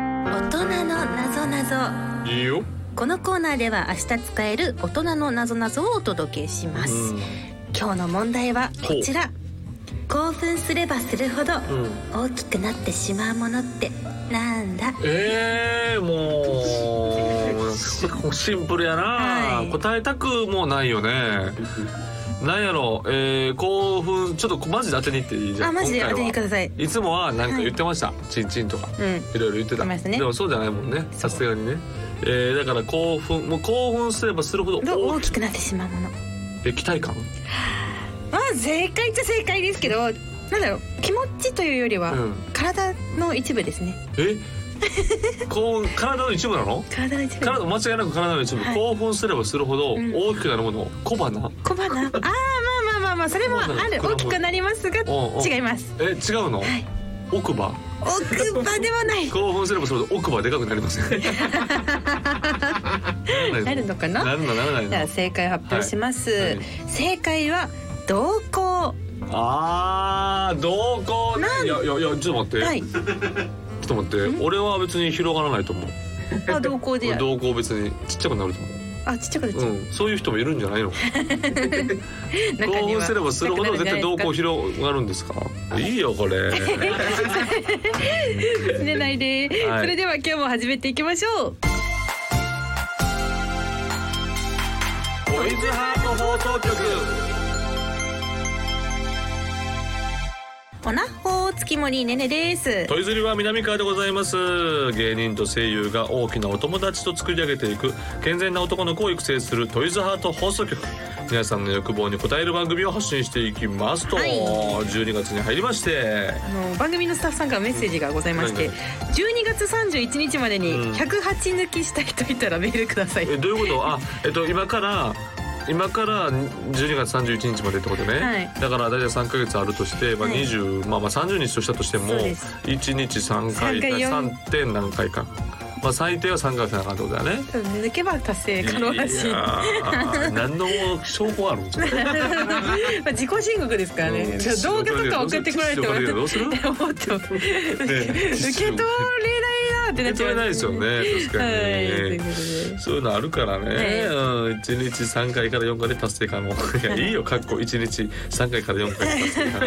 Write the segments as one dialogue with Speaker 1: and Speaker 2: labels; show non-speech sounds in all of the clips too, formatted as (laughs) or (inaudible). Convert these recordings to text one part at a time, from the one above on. Speaker 1: 人の謎謎
Speaker 2: いいよ
Speaker 1: このコーナーでは明日使える大人の謎謎をお届けします、今日の問題はこちら興奮すればするほど
Speaker 2: うん、うん、
Speaker 1: 大きくなってしまうものってなんだ
Speaker 2: えー、もうシンプルやな、
Speaker 1: はい
Speaker 2: 答えたくもないよねなんやろえー、興奮ちょっとマジで当てにいっていいじゃん
Speaker 1: あマジで
Speaker 2: 今
Speaker 1: 当
Speaker 2: 回は
Speaker 1: てにください
Speaker 2: いつもは何か言ってました、チンチンとか
Speaker 1: うん
Speaker 2: いろいろ言って
Speaker 1: 言って
Speaker 2: た
Speaker 1: ましたね
Speaker 2: でもそうじゃないもんねさすがにねえー、だから興奮もう興奮すればするほど
Speaker 1: どう
Speaker 2: お
Speaker 1: 大きくなってしまうもの
Speaker 2: 液体感
Speaker 1: まあ正解っちゃ正解ですけどなんだろう気持ちというよりは、
Speaker 2: うん
Speaker 1: 体の一部ですね
Speaker 2: え (laughs) 興奮体の一部なの
Speaker 1: 体の一部
Speaker 2: 体間違いなく体の一部、
Speaker 1: はい
Speaker 2: 興奮すればするほど
Speaker 1: うん
Speaker 2: 大きくなるもの小鼻
Speaker 1: 小鼻あーまあまあまあまあそれもある
Speaker 2: 小鼻
Speaker 1: 大きくなりますが
Speaker 2: おうおう
Speaker 1: 違います
Speaker 2: え違うの、
Speaker 1: はい
Speaker 2: 奥歯
Speaker 1: 奥歯ではない
Speaker 2: 興奮すればするほど奥歯でかくなります
Speaker 1: (laughs)
Speaker 2: ねな
Speaker 1: なるのかな
Speaker 2: なるのならない
Speaker 1: じゃあ
Speaker 2: の
Speaker 1: 正解発表します、
Speaker 2: はいはい
Speaker 1: 正解は瞳孔
Speaker 2: あー瞳孔ね
Speaker 1: なん
Speaker 2: いやいやいやちょっと待って、
Speaker 1: はい
Speaker 2: ちょっと待って俺は別に広がらないと思う
Speaker 1: あ瞳孔で
Speaker 2: 瞳孔別にちっちゃくなると思
Speaker 1: あちっちゃくなっちゃ
Speaker 2: う、うん、そういう人もいるんじゃないの
Speaker 1: う中
Speaker 2: 興
Speaker 1: には
Speaker 2: 奮すればするほど絶対瞳孔
Speaker 1: なく
Speaker 2: 広がるんですかいいよこれ
Speaker 1: なるんじゃないですか寝ないで、
Speaker 2: はい
Speaker 1: それでは今日も始めていきましょう
Speaker 2: トイズハート放送局
Speaker 1: おなほ月森ねねです
Speaker 2: トイズリは南川でございます芸人と声優が大きなお友達と作り上げていく健全な男の子を育成するトイズハート放送局皆さんの欲望に応える番組を発信していきますと、
Speaker 1: はい
Speaker 2: 12月に入りまして
Speaker 1: あの番組のスタッフさんからメッセージがございまして、
Speaker 2: はい
Speaker 1: 12月31日までに
Speaker 2: うん
Speaker 1: 108抜きしたい人いたらメールください、
Speaker 2: えどういうことあえっと今から今から12月31日までってことね、
Speaker 1: はい
Speaker 2: だから大体3ヶ月あるとして、まあ
Speaker 1: はい
Speaker 2: 20まあ、まあ30日としたとして
Speaker 1: そ
Speaker 2: も
Speaker 1: うです
Speaker 2: 1日3回
Speaker 1: 三回四
Speaker 2: 3. 点何回か、まあ、最低は3回かなかってことだね
Speaker 1: 多分抜けば達成可能だし (laughs)
Speaker 2: い
Speaker 1: いま
Speaker 2: やー何の証拠あるんですか
Speaker 1: あ自己申告ですからね、
Speaker 2: うん
Speaker 1: じゃあ動画とか送ってこられても
Speaker 2: ティッシュとかでどうす
Speaker 1: ち
Speaker 2: る
Speaker 1: ょっと (laughs) 思
Speaker 2: (laughs)
Speaker 1: っても受け取れ
Speaker 2: ィッシュ
Speaker 1: ないなーってなっちゃ
Speaker 2: 取れ
Speaker 1: い
Speaker 2: な
Speaker 1: ま
Speaker 2: いです
Speaker 1: す
Speaker 2: よね確かに、
Speaker 1: はいということで
Speaker 2: そういうのあるからね、
Speaker 1: ええ
Speaker 2: うん、1日3回から4回で達成可能いやいいよかっこ1日3回から4回で達成可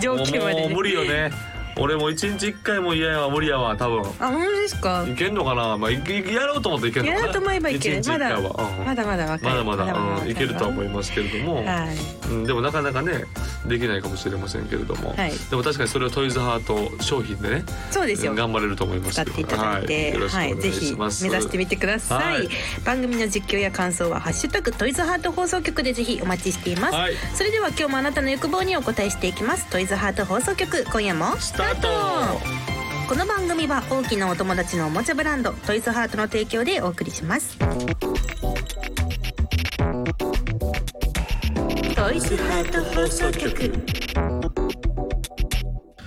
Speaker 1: (laughs) 条件ま
Speaker 2: もう
Speaker 1: で
Speaker 2: もう無
Speaker 1: ね
Speaker 2: 理よね俺もう一日一回も嫌やわ無理やわ多分
Speaker 1: あ本当ですか
Speaker 2: いけんのかなまあいけやろうと思っていけんのかな
Speaker 1: やろうと思えばいける
Speaker 2: 一日一回はうん
Speaker 1: まだまだ若い
Speaker 2: まだまだうんいけるとは思
Speaker 1: い
Speaker 2: いますけれども、
Speaker 1: はい
Speaker 2: うん、でもなかなかねできないかもしれませんけれども、
Speaker 1: はい
Speaker 2: でも確かにそれをトイズハート商品でね
Speaker 1: そうですよ
Speaker 2: 頑張れると思います
Speaker 1: 使っ
Speaker 2: よ
Speaker 1: ていただい
Speaker 2: は
Speaker 1: て、
Speaker 2: よろしくお
Speaker 1: は
Speaker 2: 願
Speaker 1: い、ぜ
Speaker 2: い
Speaker 1: ひ
Speaker 2: し
Speaker 1: 目
Speaker 2: ま
Speaker 1: 指
Speaker 2: す、
Speaker 1: してみてください。
Speaker 2: はい
Speaker 1: 番組の実況や感想はハッシュタグトイズハート放送局でぜひお待ちしています。
Speaker 2: はい
Speaker 1: それでは今日もあなたの欲望にお答えしていきます。トイズハート放送局今夜も
Speaker 2: スタート
Speaker 1: この番組は大きなお友達のおもちゃブランドトイズハートの提供でお送りします。トイズハート放送局。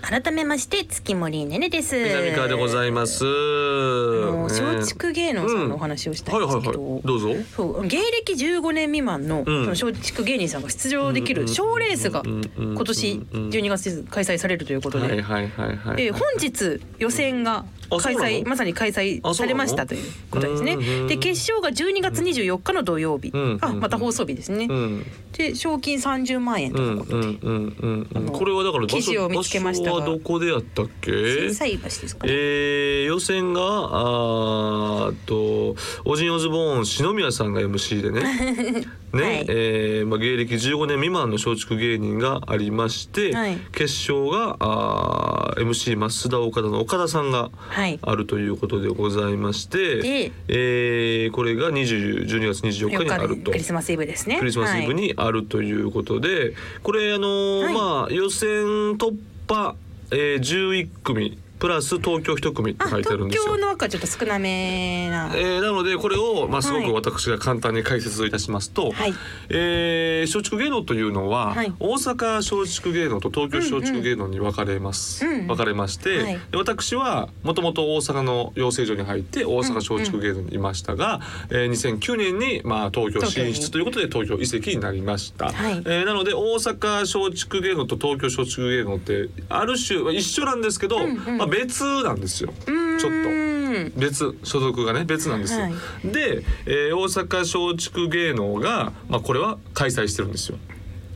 Speaker 1: 改めまして月森ねねです。
Speaker 2: 南川でございます、
Speaker 1: あの
Speaker 2: ね
Speaker 1: 松竹芸能さんのお話をした
Speaker 2: はいい
Speaker 1: んで
Speaker 2: はい
Speaker 1: すけ
Speaker 2: は
Speaker 1: ど
Speaker 2: い。どうぞ
Speaker 1: そう芸歴15年未満のそ
Speaker 2: うん
Speaker 1: の松竹芸人さんが出場できる賞ーレースが
Speaker 2: うんうんうんうん
Speaker 1: 今年12月開催されるということ
Speaker 2: はい
Speaker 1: で、
Speaker 2: はいはいはい、
Speaker 1: えー本日予選が
Speaker 2: あそ
Speaker 1: 開
Speaker 2: うなの
Speaker 1: 催まさに開催されました
Speaker 2: あ
Speaker 1: と
Speaker 2: そう
Speaker 1: いうことですね
Speaker 2: うんうんうん。
Speaker 1: で決勝が12月24日の土曜日
Speaker 2: うん、
Speaker 1: あまた放送日ですね
Speaker 2: う。ん
Speaker 1: で賞金30万円と
Speaker 2: う
Speaker 1: いうんこ
Speaker 2: う
Speaker 1: とで
Speaker 2: んうん
Speaker 1: あ
Speaker 2: うん
Speaker 1: の
Speaker 2: これはだから場所
Speaker 1: 記事を見つけましたが
Speaker 2: 場所はどこでやったっけ
Speaker 1: 小さい橋ですかね。
Speaker 2: えー、予選があーっとオジンオズボーン篠宮さんが
Speaker 1: (laughs)
Speaker 2: MC でねね、
Speaker 1: はい
Speaker 2: えーまあ、芸歴15年未満の松竹芸人がありまして、
Speaker 1: はい
Speaker 2: 決勝があー MC 増田岡田の岡田さんが
Speaker 1: はい。
Speaker 2: あるということでございまして
Speaker 1: で、
Speaker 2: えー、これが20 12月24日にある
Speaker 1: 4日
Speaker 2: と。
Speaker 1: クリスマスイブですね。
Speaker 2: クリスマスイブにあるということで、これあのー
Speaker 1: はい
Speaker 2: まあ予選突破、えー、11組プラス東京1組って
Speaker 1: はい。
Speaker 2: 書
Speaker 1: あ
Speaker 2: いてあるん
Speaker 1: 東
Speaker 2: ですよ
Speaker 1: 京。の赤ちょっと少なめな。
Speaker 2: えーなのでこれを、まあ、すご
Speaker 1: はい
Speaker 2: く私が簡単に解説をいたしますと、
Speaker 1: はい
Speaker 2: えー松竹芸能というのは、
Speaker 1: はい
Speaker 2: 大阪松竹芸能と東京松竹芸能に分かれます、
Speaker 1: うんうん
Speaker 2: 分かれまして、
Speaker 1: はい
Speaker 2: で私はもともと大阪の養成所に入って大阪松竹芸能にいましたが、えー2009年に、まあ、東京進
Speaker 1: 東京
Speaker 2: 出
Speaker 1: に
Speaker 2: ということで東京移籍になりました、
Speaker 1: はい
Speaker 2: えーなので大阪松竹芸能と東京松竹芸能ってある種まあ一緒なんですけど、
Speaker 1: うんうん
Speaker 2: まあ、別なんですよ。
Speaker 1: うんうん
Speaker 2: ちょっと
Speaker 1: うん
Speaker 2: 別所属がね別なんですよ、
Speaker 1: はい
Speaker 2: で、えー大阪松竹芸能が、まあ、これは開催してるんですよ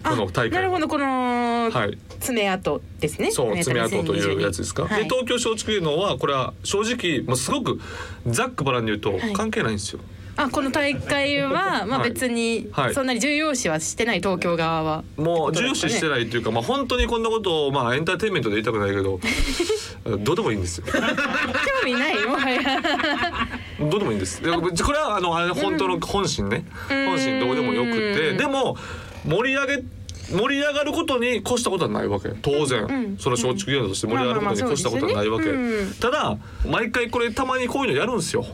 Speaker 2: この大会
Speaker 1: なるほどこの
Speaker 2: はい
Speaker 1: 爪痕ですね。
Speaker 2: そう爪痕というやつですか、
Speaker 1: はい、
Speaker 2: で東京松竹芸能はこれは正直、まあ、すごくざっくばらんに言うと
Speaker 1: はい
Speaker 2: 関係ないんですよ、
Speaker 1: あこの大会はまあ
Speaker 2: はい
Speaker 1: 別に
Speaker 2: はい
Speaker 1: そんなに重要視はしてない東京側は。
Speaker 2: もう重要視して
Speaker 1: い。
Speaker 2: ないというか、まあ、本当にこんなことを、まあ、エンターテインメントで言いたくないけ
Speaker 1: (laughs)
Speaker 2: どどうでもいいんですよ
Speaker 1: 興味ないもはや。
Speaker 2: どうでもいいんですいやこれはあのあれ本当の本心ね、
Speaker 1: うん
Speaker 2: 本心どうでもよく
Speaker 1: う
Speaker 2: て
Speaker 1: ん
Speaker 2: でも盛り上げ盛り上がることに越したことはないわけ当然、
Speaker 1: うん
Speaker 2: その松竹芸能として盛り上がることに越したことはないわけ、
Speaker 1: まあまあまあそうですよねうん
Speaker 2: ただ毎回これたまにこういうのやるんですよ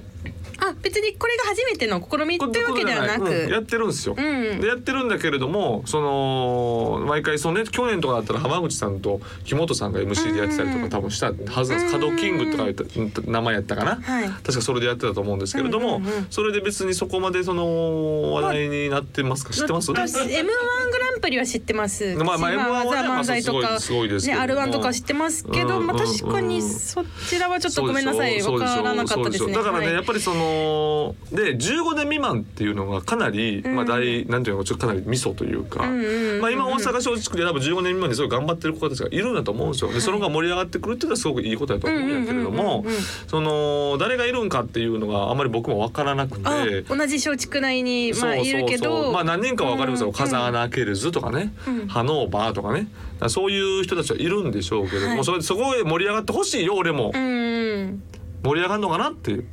Speaker 1: あ別にこれが初めての試みというわけではなく。
Speaker 2: うんやってるんですよ、
Speaker 1: うん
Speaker 2: でやってるんだけれどもその毎回その、ね、去年とかだったら浜口さんと木本さんが MC でやってたりと
Speaker 1: う
Speaker 2: か
Speaker 1: ん
Speaker 2: 多分したはずなんです
Speaker 1: うん
Speaker 2: 「カドキング」とか言った名前やったかな、
Speaker 1: はい
Speaker 2: 確かそれでやってたと思うんですけれども、
Speaker 1: うんうんうん
Speaker 2: それで別にそこまでその話題になってますか知ってます、
Speaker 1: 私 M1 グランプリは知ってます。
Speaker 2: まあまあ
Speaker 1: し
Speaker 2: M1 はね
Speaker 1: ザ漫才と
Speaker 2: ま
Speaker 1: か
Speaker 2: あすごいすごいですけ
Speaker 1: ね
Speaker 2: ど
Speaker 1: R1 とか知ってますけど、
Speaker 2: うん
Speaker 1: まあ
Speaker 2: うんうん
Speaker 1: 確かにそちらはちょっとごめんなさい
Speaker 2: そ
Speaker 1: わ
Speaker 2: うでしょ
Speaker 1: からなかったです
Speaker 2: そうしょ
Speaker 1: ね。
Speaker 2: だからね、
Speaker 1: はい
Speaker 2: やっぱりそので15年未満っていうのがかなり、まあ大なんていうのかちょっとかなりミソというか、
Speaker 1: うんうんうんうん
Speaker 2: まあ今大阪松竹で多分15年未満ですごい頑張ってる子たちがいるんだと思うんですよ。でその方が盛り上がってくるっていうのはすごくいいことだと思うんだけれど
Speaker 1: う
Speaker 2: も
Speaker 1: んうんうんうんうん、
Speaker 2: その誰がいるんかっていうのがあまり僕もわからなく
Speaker 1: あ
Speaker 2: て。
Speaker 1: 同じ松竹内にまあいるけど、
Speaker 2: まあ何人かは分かりますよ、
Speaker 1: うん
Speaker 2: 風穴ケルズとかね、
Speaker 1: うん
Speaker 2: ハノーバーとかねだからそういう人たちはいるんでしょうけれども、
Speaker 1: はい
Speaker 2: それそこへ盛り上がってほしいよ俺も、
Speaker 1: うん、
Speaker 2: 盛り上がるのかなっていう。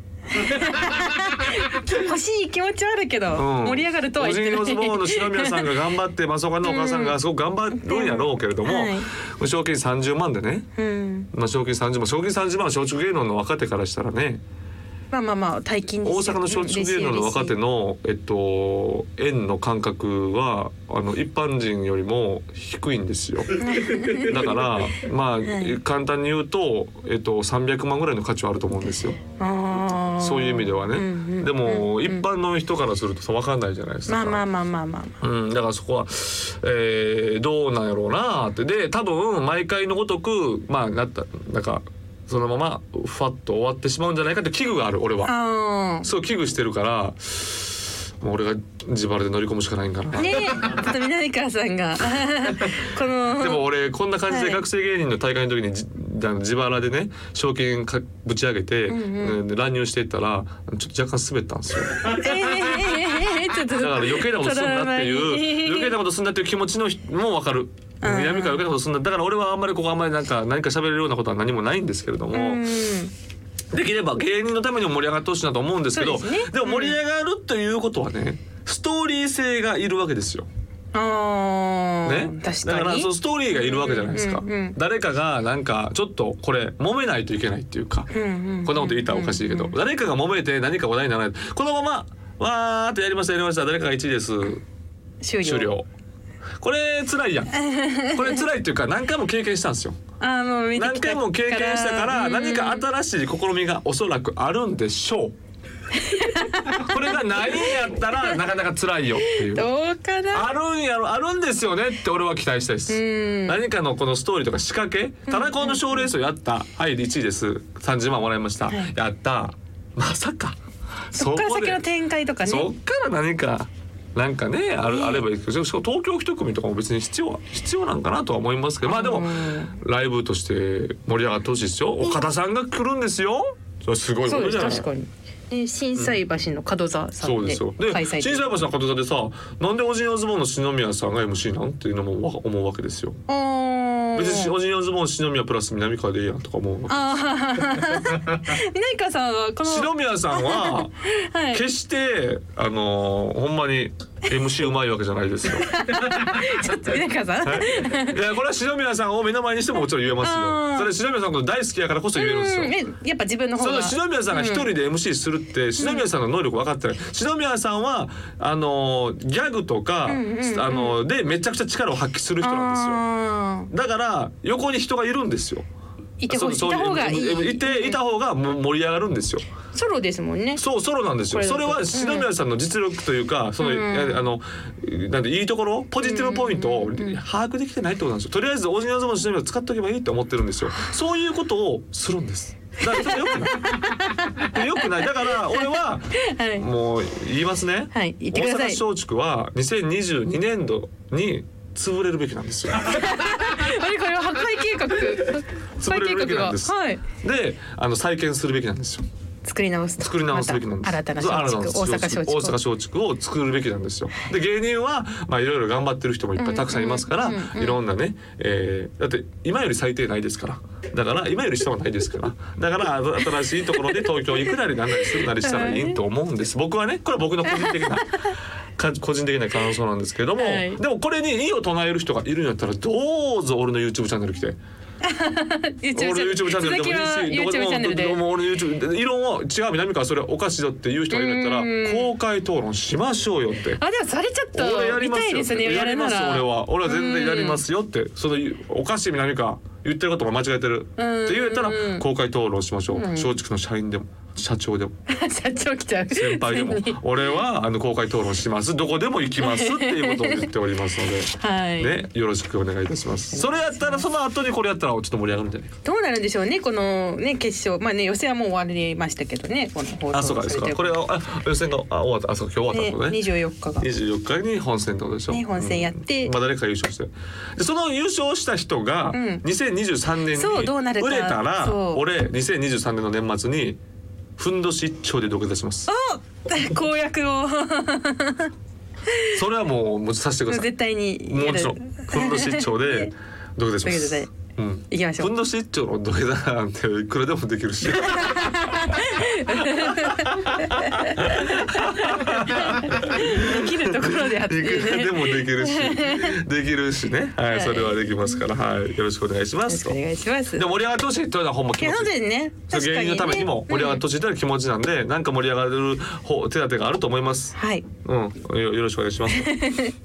Speaker 1: 欲しい気持ちはあるけど、
Speaker 2: うん
Speaker 1: 盛り上がるとは言ってない。
Speaker 2: オジンオズボーンの篠宮さんが頑張って、まあ、そこのお母さんがすごく頑張るんやろうけれども、
Speaker 1: うん (laughs) はい
Speaker 2: 賞金30万でね、
Speaker 1: (laughs) うん、
Speaker 2: まあ、賞金30万賞金30万は松竹芸能の若手からしたらね
Speaker 1: まあまあまあ大金
Speaker 2: 大阪の松竹芸能の若手
Speaker 1: の
Speaker 2: の、えっと、円の感覚はあの一般人よりも低いんです (laughs) よ。だからまあ、
Speaker 1: い
Speaker 2: 簡単に言うと、えっと、300万ぐらいの価値はあると思うんですよそういう意味ではね。でも、一般の人からすると分かんないじゃないですか。
Speaker 1: まあまあまあまあまあま
Speaker 2: うん、だからそこは、えーどうなんやろうなってで多分毎回のごとくまあなったなんかそのままふわっと終わってしまうんじゃないかって危惧がある俺は
Speaker 1: あ。あ
Speaker 2: そう危惧してるからもう俺が自腹で乗り込むしかないんかな、
Speaker 1: あ。ねえ、ちょっと南川さんが (laughs) この
Speaker 2: でも俺こんな感じで
Speaker 1: はい
Speaker 2: 学生芸人の大会の時にじあの自腹でね賞金かぶち上げて、
Speaker 1: うん
Speaker 2: うん乱入していったらちょっと若干滑ったんですよ
Speaker 1: ええええええちょっと
Speaker 2: だから余計なことすんなって
Speaker 1: (laughs)
Speaker 2: いう余計なことすんなっていう気持ちのひもわかる
Speaker 1: うん
Speaker 2: 南から余計なことすんなだから俺はあんまりここあんまりなんか何か喋れるようなことは何もないんですけれども、
Speaker 1: うん
Speaker 2: できれば芸人のためにも盛り上がってほしいなと思うんですけど
Speaker 1: そ
Speaker 2: で
Speaker 1: うですね
Speaker 2: も盛り上がるということはねストーリー性がいるわけですよ。
Speaker 1: ああ、
Speaker 2: ね、
Speaker 1: 確
Speaker 2: だか
Speaker 1: からに
Speaker 2: そのストーリーがいるわけじゃないですか、
Speaker 1: うんうんうん
Speaker 2: 誰かがなんかちょっとこれ揉めないといけないっていうか、こんなこと言ったらおかしいけど、誰かが揉めて何か話題にならないこのままわーっとやりましたやりました誰かが1位です
Speaker 1: 終了
Speaker 2: 終了これ
Speaker 1: (laughs)
Speaker 2: 辛いやんこれ辛いっていうか何回も経験したんですよ
Speaker 1: あの見て
Speaker 2: 何
Speaker 1: きた
Speaker 2: 回も経験したから
Speaker 1: うん
Speaker 2: 何か新しい試みがおそらくあるんで
Speaker 1: (laughs)
Speaker 2: しょうこれがないんやったらなかなか辛いよっていう
Speaker 1: どうかな
Speaker 2: あるんやろあるんですよねって俺は期待したいです、
Speaker 1: うん
Speaker 2: 何かのこのストーリーとか仕掛けタナコの賞レースをやった、はい1位です30万もらいました、
Speaker 1: い
Speaker 2: やったまさか
Speaker 1: そ
Speaker 2: そ
Speaker 1: っから
Speaker 2: こ
Speaker 1: 先
Speaker 2: で
Speaker 1: の展開とかね
Speaker 2: そっから何かなんかねあるあればいいけどしかも東京一組とかも別に必要は必要なんかなとは思いますけどまあでも
Speaker 1: うん
Speaker 2: ライブとして盛り上がってほしいですよ岡田さんが来るんですよそれすごいこ
Speaker 1: そう
Speaker 2: と
Speaker 1: で
Speaker 2: じ
Speaker 1: す
Speaker 2: ゃない
Speaker 1: 確かに。ね、震災橋の門座さ
Speaker 2: そ
Speaker 1: ん
Speaker 2: うで
Speaker 1: です
Speaker 2: よで
Speaker 1: 開催
Speaker 2: 新斎橋の方でさなんでオジンオズボンの篠宮さんが MC なんっていうのもわ思うわけですよ
Speaker 1: あー
Speaker 2: 別にオジンオズボンの篠宮プラス南川でいいやんとか思うわけ
Speaker 1: あー (laughs) 南川さんはこの
Speaker 2: 篠宮さんは
Speaker 1: はい
Speaker 2: 決してあのーほんまに MC うまいわけじゃないですよ
Speaker 1: ちょっ (laughs) と南川さん、
Speaker 2: (laughs) いやこれは篠宮さんを目の前にしてももちろん言えます
Speaker 1: あー
Speaker 2: よ。それ篠宮さんのこと大好きやからこそ言えるんですよ。
Speaker 1: うんえやっぱ自分の方
Speaker 2: その
Speaker 1: が
Speaker 2: 篠宮さんが一人で MC するって、篠宮さんの能力分かってない。篠宮さんはあのギャグとか、
Speaker 1: んうんうん
Speaker 2: あのでめちゃくちゃ力を発揮する人なんで
Speaker 1: あ
Speaker 2: すよ。だから横に人がいるんですよ。
Speaker 1: ーいてほい
Speaker 2: そう
Speaker 1: た
Speaker 2: そう
Speaker 1: 方がいい
Speaker 2: いていた方がも盛り上がるんですよ。
Speaker 1: ソロですもんね
Speaker 2: そうソロなんです
Speaker 1: これ
Speaker 2: よ。
Speaker 1: だ
Speaker 2: そ
Speaker 1: と
Speaker 2: れは篠宮さんの実力というか、その、
Speaker 1: ん
Speaker 2: あのなんでいいところ、ポジティブポイントを把握できてないってことなんですよ。とりあえずオジナズボンの篠宮を使っとけばいいって思ってるんですよ。そういうことをするんです。だからちょっとよくないよくないだから俺は
Speaker 3: はい
Speaker 2: もう言いますね、
Speaker 3: はい言ってください
Speaker 2: 大阪松竹は2022年度に潰れるべきなんですよ
Speaker 1: あれこれは破壊計画。
Speaker 2: (laughs)
Speaker 1: 破
Speaker 2: 潰れる
Speaker 1: 壊計
Speaker 2: べき
Speaker 1: 画
Speaker 2: なん
Speaker 1: が。
Speaker 2: です
Speaker 1: はい。
Speaker 2: であの再建するべきなんですよ
Speaker 3: 作り直すと
Speaker 2: 作り直すべきなんです
Speaker 1: また新たな
Speaker 2: そう
Speaker 1: 松竹
Speaker 2: 新たな
Speaker 1: 大阪松
Speaker 2: 大阪松竹を作るべきなんですよで芸人はまあいろいろ頑張ってる人もいっぱいたくさんいますから、
Speaker 1: うんうんうん
Speaker 2: いろんなね、えーだって今より最低ないですからだから今より下はないですからだからあ新しいところで (laughs) 東京行くなりなんなりするなりしたらいいと思うんです僕はねこれは僕の個人
Speaker 1: (laughs)
Speaker 2: 的なか個人的な感想なんですけれども、
Speaker 1: はい
Speaker 2: でもこれに異を唱える人がいるんやったらどうぞ俺の YouTube チャンネル来て。
Speaker 1: YouTube
Speaker 2: 俺の YouTube チャンネルでもい
Speaker 1: 続き
Speaker 2: いし
Speaker 1: は YouTube チャンネル
Speaker 2: どこで
Speaker 1: で。
Speaker 2: も俺の YouTube で異論を違う南川それはおかしいだっていう人がいるんだっ
Speaker 1: う
Speaker 2: たら
Speaker 1: ん
Speaker 2: 公開討論しましょうよって。
Speaker 1: あでもそれちょっ
Speaker 2: 俺や
Speaker 1: と
Speaker 2: り
Speaker 1: 見
Speaker 2: ま
Speaker 1: た
Speaker 2: す
Speaker 1: い
Speaker 2: よ
Speaker 1: で
Speaker 2: っ
Speaker 1: す
Speaker 2: て。
Speaker 1: ね。
Speaker 2: や
Speaker 1: や
Speaker 2: り
Speaker 1: るな
Speaker 2: ます
Speaker 1: ら。
Speaker 2: 俺は。俺は全然やります
Speaker 1: よ。
Speaker 2: よって。そのおかしい南川言ってることも間違えてるって
Speaker 1: うん
Speaker 2: 言えたら
Speaker 1: うん
Speaker 2: 公開討論しましょう。
Speaker 1: ん
Speaker 2: 松竹の社員でも社
Speaker 1: (laughs)
Speaker 2: 長でも
Speaker 1: (laughs) 社長来ちゃう。
Speaker 2: 先輩
Speaker 1: (laughs)
Speaker 2: でも俺はあの公開討論します。どこでも行きますっていうことを言っておりますので。
Speaker 1: (laughs) はい。
Speaker 2: ね、よろしくお願いいたします。それやったらその後にこれやったらちょっと盛り上がるんじゃないか。
Speaker 1: どうなるんでしょうねこのね決勝まあね予選はもう終わりましたけどねこの放送
Speaker 2: あ、そうか、そうか。これ
Speaker 1: は
Speaker 2: は、あ、予選が、あ、終わった、あ、そうか、今日終わったのね
Speaker 1: 二。十四日が
Speaker 2: 二十四日に本戦ってことでしょ。
Speaker 1: ね本戦やって
Speaker 2: うんまあ、誰か優勝して。で、その優勝した人が
Speaker 1: うん、
Speaker 2: 二千二十三年に。
Speaker 1: そうどうなるか
Speaker 2: 売れたら
Speaker 1: そ、う
Speaker 2: 俺、二千二十三年の年末に。ふんどし一丁で独立します。
Speaker 1: お公約を
Speaker 2: それはもう、もうさせてください。
Speaker 1: 絶対にや
Speaker 2: も
Speaker 1: る
Speaker 2: ちろん、ふんどし一丁
Speaker 1: (laughs)
Speaker 2: で。独立しま
Speaker 1: 独
Speaker 2: す
Speaker 1: 立。
Speaker 2: うん。
Speaker 1: 行きましょ
Speaker 2: ふん
Speaker 1: う
Speaker 2: どし一丁の土下座なんていくらでもでき
Speaker 1: (laughs)
Speaker 2: るし
Speaker 1: できるところでやっ
Speaker 2: い
Speaker 1: て
Speaker 2: くらで
Speaker 1: ね
Speaker 2: もできるし
Speaker 1: (laughs)
Speaker 2: できるしねはい、それはできますからはいよろしくお願いしま
Speaker 1: よろ
Speaker 2: す
Speaker 1: し
Speaker 2: と
Speaker 1: くお願いします
Speaker 2: でも盛り上がってほしいというのはほんま気
Speaker 1: い
Speaker 2: 持
Speaker 1: やそう
Speaker 2: ちい
Speaker 1: で
Speaker 2: い。
Speaker 1: すね
Speaker 2: そう
Speaker 1: 確か
Speaker 2: 芸
Speaker 1: に
Speaker 2: 人の
Speaker 1: ね
Speaker 2: ためにも盛り上がってほしいというのは気持ちなんで、なんか盛り上がる方手立てがあると思います。
Speaker 1: はい
Speaker 2: うん、よよろしくお願いします。
Speaker 1: (laughs)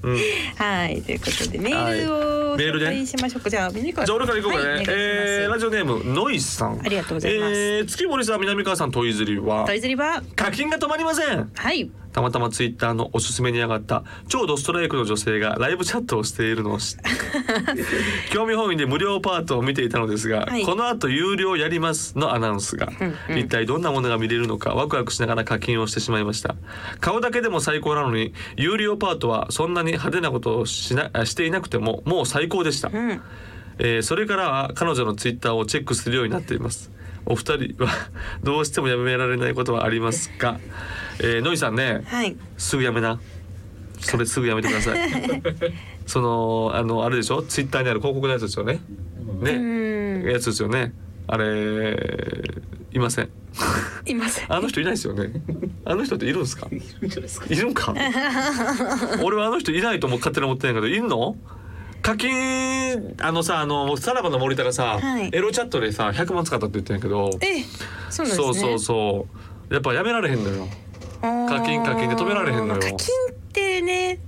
Speaker 2: うん、じ
Speaker 1: はいということでメールを
Speaker 2: メール
Speaker 1: 紹
Speaker 2: ね
Speaker 1: 介しましょうか、じゃあメールか
Speaker 2: ゃあ俺から行こうか
Speaker 1: はい、
Speaker 2: ね。
Speaker 1: お願いします
Speaker 2: えー、ラジオネームノイさん。
Speaker 1: ありがとうございます
Speaker 2: えー、月森さん、南川さん、トイズリは
Speaker 1: トイズリは
Speaker 2: 課金が止まりません。
Speaker 1: はい
Speaker 2: たまたまツイッターのおすすめに上がった超ドストライクの女性がライブチャットをしているのを知って
Speaker 1: (laughs)
Speaker 2: 興味本位で無料パートを見ていたのですが、
Speaker 1: はい
Speaker 2: この後有料やりますのアナウンスが、
Speaker 1: うんうん
Speaker 2: 一体どんなものが見れるのかワクワクしながら課金をしてしまいました顔だけでも最高なのに有料パートはそんなに派手なことをしなあしていなくてももう最高でした、
Speaker 1: うん
Speaker 2: えーそれからは彼女のツイッターをチェックするようになっていますお二人はどうしてもやめられないことはありますか、えー、のいさんね
Speaker 1: はい
Speaker 2: すぐやめなそれすぐやめてください
Speaker 1: (laughs)
Speaker 2: そのあのあれでしょツイッターにある広告のやつですよね
Speaker 1: う
Speaker 2: ね
Speaker 1: ん
Speaker 2: やつですよねあれいません
Speaker 1: いません
Speaker 2: あの人いないですよねあの人っているんですかいるんか俺はあの人いないとも勝手に思ってないけどいんの課金あのさあのさらばの森田がさ、
Speaker 1: はい
Speaker 2: エロチャットでさ100万使ったって言ってんやけど
Speaker 1: えそうなんですね
Speaker 2: そうそうそうやっぱやめられへんのよ課
Speaker 1: 課
Speaker 2: 金課金で止められへんのよ
Speaker 1: 課金ってね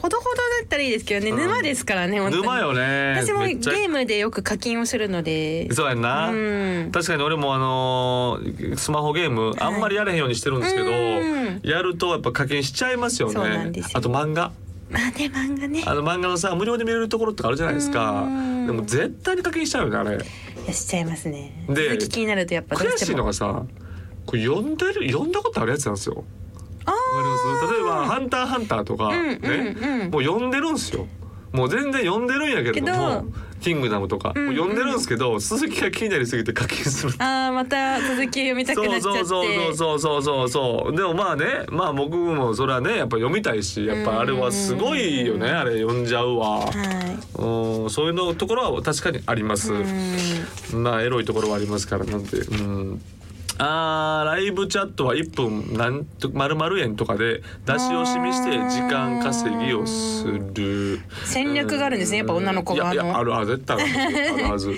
Speaker 1: ほどほどだったらいいですけどね、
Speaker 2: うん
Speaker 1: 沼ですからね本当に
Speaker 2: 沼よね
Speaker 1: 私も
Speaker 2: め
Speaker 1: ゲ
Speaker 2: っちゃ
Speaker 1: ームでよく課金をするので
Speaker 2: そうやんな、
Speaker 1: うん
Speaker 2: 確かに俺もあのースマホゲームあんまりやれへんようにしてるんですけど、
Speaker 1: うん
Speaker 2: やるとやっぱ課金しちゃいますよね
Speaker 1: そうなんですよ
Speaker 2: あと漫画
Speaker 1: まあね漫画ねい
Speaker 2: あの漫画のさ無料で見れるところとかあるじゃないですか
Speaker 1: うん
Speaker 2: でも絶対に課金しちゃうよねあれ
Speaker 1: やしちゃいますね
Speaker 2: で
Speaker 1: 続き気になるとやっぱどう
Speaker 2: 悔
Speaker 1: し
Speaker 2: していの
Speaker 1: も
Speaker 2: がさこれ読んでる読んだことあるやつなんですよわ
Speaker 1: あ
Speaker 2: かります例えば「ハンターハンター」とか、
Speaker 1: うんうんう
Speaker 2: ね
Speaker 1: ん
Speaker 2: もう読んでるんですよもう全然読んでるんやけれども
Speaker 1: けど
Speaker 2: 「キングダム」とか、
Speaker 1: うんうん
Speaker 2: もう読んでるんですけど鈴木が気になりすぎて課金する
Speaker 1: あーまた続き読みたくなっちゃって
Speaker 2: そうそうそうそうそうそうでもまあねまあ僕もそれはねやっぱ読みたいしやっぱあれはすごいよねあれ読んじゃうわ
Speaker 1: は
Speaker 2: うんそういうのところは確かにあります
Speaker 1: いうん
Speaker 2: まあエロいところはありますからなんてうんあーライブチャットは1分なんと丸々円とかで出し惜しみして時間稼ぎをする
Speaker 1: 戦略があるんですねやっぱ女の子が
Speaker 2: いや
Speaker 1: あ
Speaker 2: いや
Speaker 1: の
Speaker 2: あるあ絶対ある
Speaker 1: (laughs)
Speaker 2: はず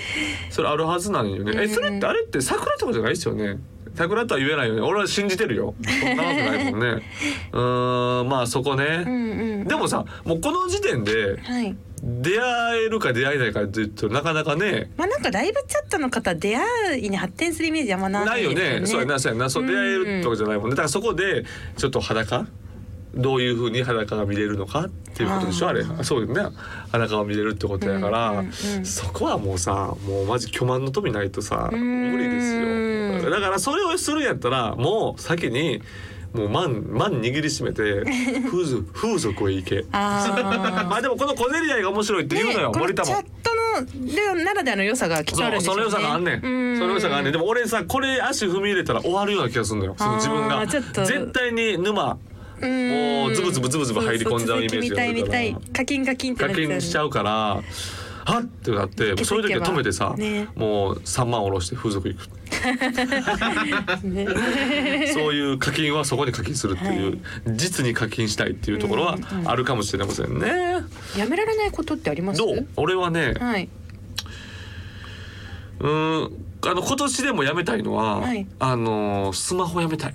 Speaker 2: それあるはずなんよねえそれってあれって桜とかじゃないですよね桜とは言えないよね俺は信じてるよそんなわけないもん
Speaker 1: (laughs)
Speaker 2: ねうーんまあそこ
Speaker 1: う
Speaker 2: ね、
Speaker 1: んうん
Speaker 2: でもさもうこの時点で
Speaker 1: はい
Speaker 2: 出会えるか出会えないかって言うとなかなかね
Speaker 1: まあなんかライブチャットの方出会いに発展するイメージあんまな
Speaker 2: ない
Speaker 1: いです
Speaker 2: よね。そうやな、そうやな、そううん出会えるとかじゃないもんね。だからそこでちょっと裸どういう風に裸が見れるのかっていうことでしょ
Speaker 1: あ
Speaker 2: あれ。そうだよね。裸を見れるってことやから、
Speaker 1: うんうんうん
Speaker 2: そこはもうさ、もうマジ巨万の富ないとさ、
Speaker 1: うん
Speaker 2: 無理ですよ。だからそれをするんやったらもう先にもうマンマン握りしめて風
Speaker 1: (laughs)
Speaker 2: 俗風俗へ行け。
Speaker 1: あ
Speaker 2: (laughs) まあでもこの小競り合いが面白いって
Speaker 1: ー
Speaker 2: 言うのよ、
Speaker 1: ねこ
Speaker 2: 森田
Speaker 1: チャ
Speaker 2: も
Speaker 1: ッ。トのでならではの良さがきっとあるん
Speaker 2: そう、
Speaker 1: でしょ
Speaker 2: そう
Speaker 1: ね
Speaker 2: の良さがあんねん。その良さがあんねん。でも俺さ、これ足踏み入れたら終わるような気がするんだよ。その自分
Speaker 1: あ
Speaker 2: が
Speaker 1: ーちょっと
Speaker 2: 絶対に沼
Speaker 1: うん
Speaker 2: もうズブズブズブズブ入り込んじゃうイメージ
Speaker 1: そうそう続き見
Speaker 2: が
Speaker 1: た
Speaker 2: あ
Speaker 1: い
Speaker 2: る
Speaker 1: 見
Speaker 2: か
Speaker 1: た
Speaker 2: ら
Speaker 1: い課金課金って
Speaker 2: 課
Speaker 1: なっちゃう
Speaker 2: 金しちゃうから。はっってなってもうそういう時は止めてさ、
Speaker 1: ね
Speaker 2: もう3万下ろして風俗
Speaker 1: (laughs)
Speaker 2: 行く
Speaker 1: ね
Speaker 2: そういう課金はそこに課金するっていう、実に課金したいっていうところはあるかもしれませんね、
Speaker 1: やめられないことってあります
Speaker 2: どう俺はね
Speaker 1: はい、
Speaker 2: うーんあの今年でもやめたいのは、
Speaker 1: はい
Speaker 2: あのスマホやめたい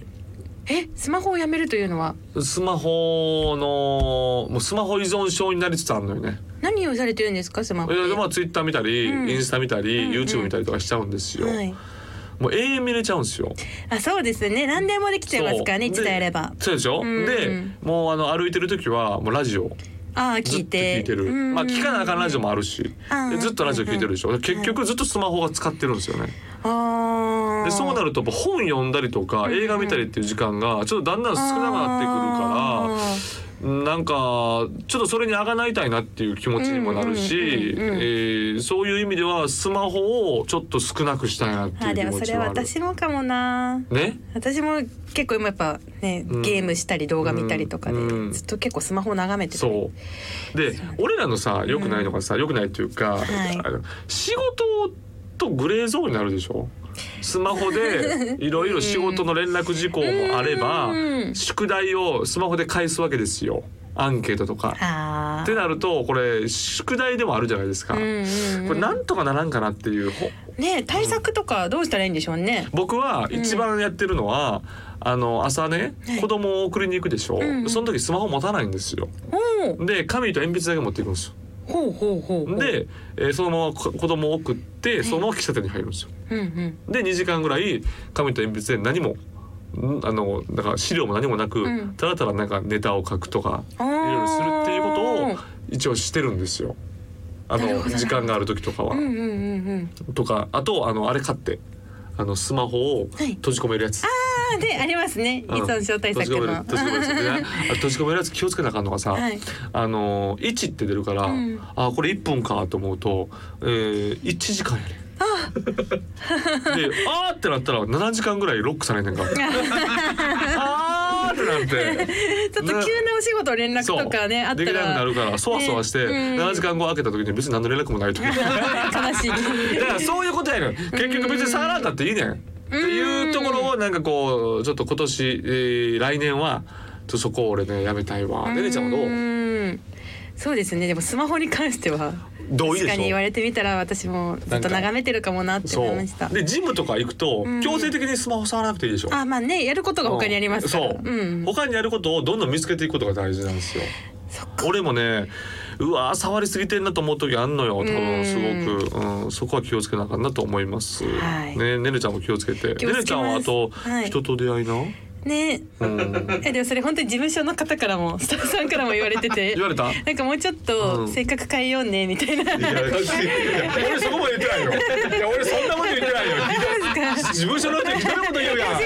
Speaker 1: えスマホをやめるというのは
Speaker 2: スマホのもうスマホ依存症になりつつあるのよね。
Speaker 1: 何をされてるんですかスマホ
Speaker 2: いやでまあツイッター見たり、
Speaker 1: うん
Speaker 2: インスタ見たり、
Speaker 1: うんうん
Speaker 2: YouTube 見たりとかしちゃうんですよ。
Speaker 1: はい、
Speaker 2: もう永遠見れちゃうんですよ。
Speaker 1: あそうですね何でもできちゃいますからね
Speaker 2: そ
Speaker 1: 一
Speaker 2: う
Speaker 1: 台あれば
Speaker 2: そうでしょ。
Speaker 1: うん
Speaker 2: でもうあの歩いてる時はもうラジオ
Speaker 1: ああ
Speaker 2: ず
Speaker 1: 聞
Speaker 2: っ
Speaker 1: い
Speaker 2: と
Speaker 1: て
Speaker 2: 聞いてる。
Speaker 1: うん
Speaker 2: まあ聞かなあかんラジオもあるし、
Speaker 1: うん
Speaker 2: でずっとラジオ聞いてるでしょ。結局ずっとスマホが使ってるんですよね。
Speaker 1: あ
Speaker 2: でそうな
Speaker 1: る
Speaker 2: るとやっぱ本読んだりとか映画見たりっていう時間がちょっとだんだん少なくなってくるから。なんかちょっとそれにあがないたいなっていう気持ちにもなるし、
Speaker 1: うんうんうんうん
Speaker 2: えーそういう意味ではスマホをちょっと少なくしたいなってい
Speaker 1: あ
Speaker 2: う
Speaker 1: で
Speaker 2: 気
Speaker 1: も
Speaker 2: 持
Speaker 1: そ
Speaker 2: ち
Speaker 1: れ
Speaker 2: はあ
Speaker 1: は
Speaker 2: る。
Speaker 1: 私もかもな
Speaker 2: ね、
Speaker 1: 私も結構今やっぱね
Speaker 2: うん
Speaker 1: ゲームしたり動画見たりとかで
Speaker 2: うん
Speaker 1: ずっと結構スマホを眺めてたり
Speaker 2: そうで俺らのさ良くないのがさ良、くないっていうか、
Speaker 1: い
Speaker 2: あの仕事とグレーゾーンになるでしょスマホ
Speaker 1: (laughs)
Speaker 2: でいろいろ仕事の連絡事項もあれば
Speaker 1: うん
Speaker 2: 宿題をスマホで返すわけですよアンケートとか。
Speaker 1: あ
Speaker 2: ってなるとこれ宿題でもあるじゃないですか。
Speaker 1: あうんうん
Speaker 2: これなんとかならんかなっていうほ
Speaker 1: ね対策とかどうしたらいいんでしょうね
Speaker 2: 僕は一番やってるのは、あの朝ね
Speaker 1: はい
Speaker 2: 子供を送りに行くでしょ、
Speaker 1: うんうん
Speaker 2: その時スマホ持たないんですよ
Speaker 1: ほう
Speaker 2: で紙と鉛筆だけ持っていくんですよ
Speaker 1: ほうほうほうほう
Speaker 2: で、えーそのままこ子供を送って
Speaker 1: い
Speaker 2: そのまま喫茶店に入るんですよ
Speaker 1: うんうん
Speaker 2: で2時間ぐらい紙と鉛筆で何もんあのだから資料も何もなく、
Speaker 1: うん
Speaker 2: ただただなんかネタを書くとか
Speaker 1: あー
Speaker 2: いろいろするっていうことを一応してるんですよあ
Speaker 1: なる
Speaker 2: の
Speaker 1: ほどな
Speaker 2: 時間がある時とかは。
Speaker 1: うんうんうんうん
Speaker 2: とかあとあのあれ買ってあのスマホを
Speaker 1: はい
Speaker 2: 閉じ込めるやつ、
Speaker 1: あでありますね依
Speaker 2: うん
Speaker 1: 存症対策
Speaker 2: 閉じ込める
Speaker 1: の
Speaker 2: 閉じ込めるやつ
Speaker 1: (laughs)
Speaker 2: でねあ閉じ込めるやつ気をつけなあかんのがさ、
Speaker 1: はい
Speaker 2: あの1って出るから、
Speaker 1: うん
Speaker 2: あこれ1分かと思うと、えー、1時間やね (laughs) で「あー」ってなったら7時間ぐらいロックされんね
Speaker 1: (laughs)
Speaker 2: んから「あー」ってなって
Speaker 1: ちょっと急なお仕事連絡
Speaker 2: そう
Speaker 1: とかねあった
Speaker 2: できなくな
Speaker 1: ら
Speaker 2: るからそわそわして、
Speaker 1: ねうん
Speaker 2: 7時間後開けた時に別に何の連絡もない
Speaker 1: (laughs)
Speaker 2: 時
Speaker 1: 悲しい
Speaker 2: だからそういうことやねん結局別に触らんだっていいねんっていうところをなんかこうちょっと今年、えー来年はちょっとそこを俺ねやめたいわねねちゃんはどうん
Speaker 1: そうですねでもスマホに関しては
Speaker 2: 同意
Speaker 1: 確
Speaker 2: で
Speaker 1: かに
Speaker 2: し
Speaker 1: 言
Speaker 2: ょ
Speaker 1: われてみたら私もずっと眺めてるかもなって
Speaker 2: そ
Speaker 1: 思いました
Speaker 2: うでジムとか行くと
Speaker 1: うん
Speaker 2: 強制的にスマホ触らなくていいでしょ
Speaker 1: あまあねやることが他にありますから
Speaker 2: そう、
Speaker 1: ん、
Speaker 2: 他にやることをどんどん見つけていくことが大事なんですよ
Speaker 1: そっ
Speaker 2: 俺もねうわー触りすぎてんなと思う時あんのよ多
Speaker 1: う
Speaker 2: 分
Speaker 1: ん
Speaker 2: すごく、うん、そこは気をつけなあかんなと思います、
Speaker 1: はい
Speaker 2: ねねるちゃんも気をつけて
Speaker 1: 気をつけ
Speaker 2: ね
Speaker 1: ます
Speaker 2: るちゃんはあと、
Speaker 1: はい
Speaker 2: 人と出会いな、
Speaker 1: ね
Speaker 2: うん、
Speaker 1: えでもそれ本当に事務所の方からもスタッフさんからも言われてて
Speaker 2: (laughs) 言われた
Speaker 1: なんかもうちょっ
Speaker 2: うん
Speaker 1: と性格変えようねみたい
Speaker 2: (laughs)
Speaker 1: な、
Speaker 2: いや俺そこまで言ってないよ。いや俺そんなこと言ってないよ。事務所の人一人こと言うや
Speaker 1: 違
Speaker 2: ん。
Speaker 1: う違うこ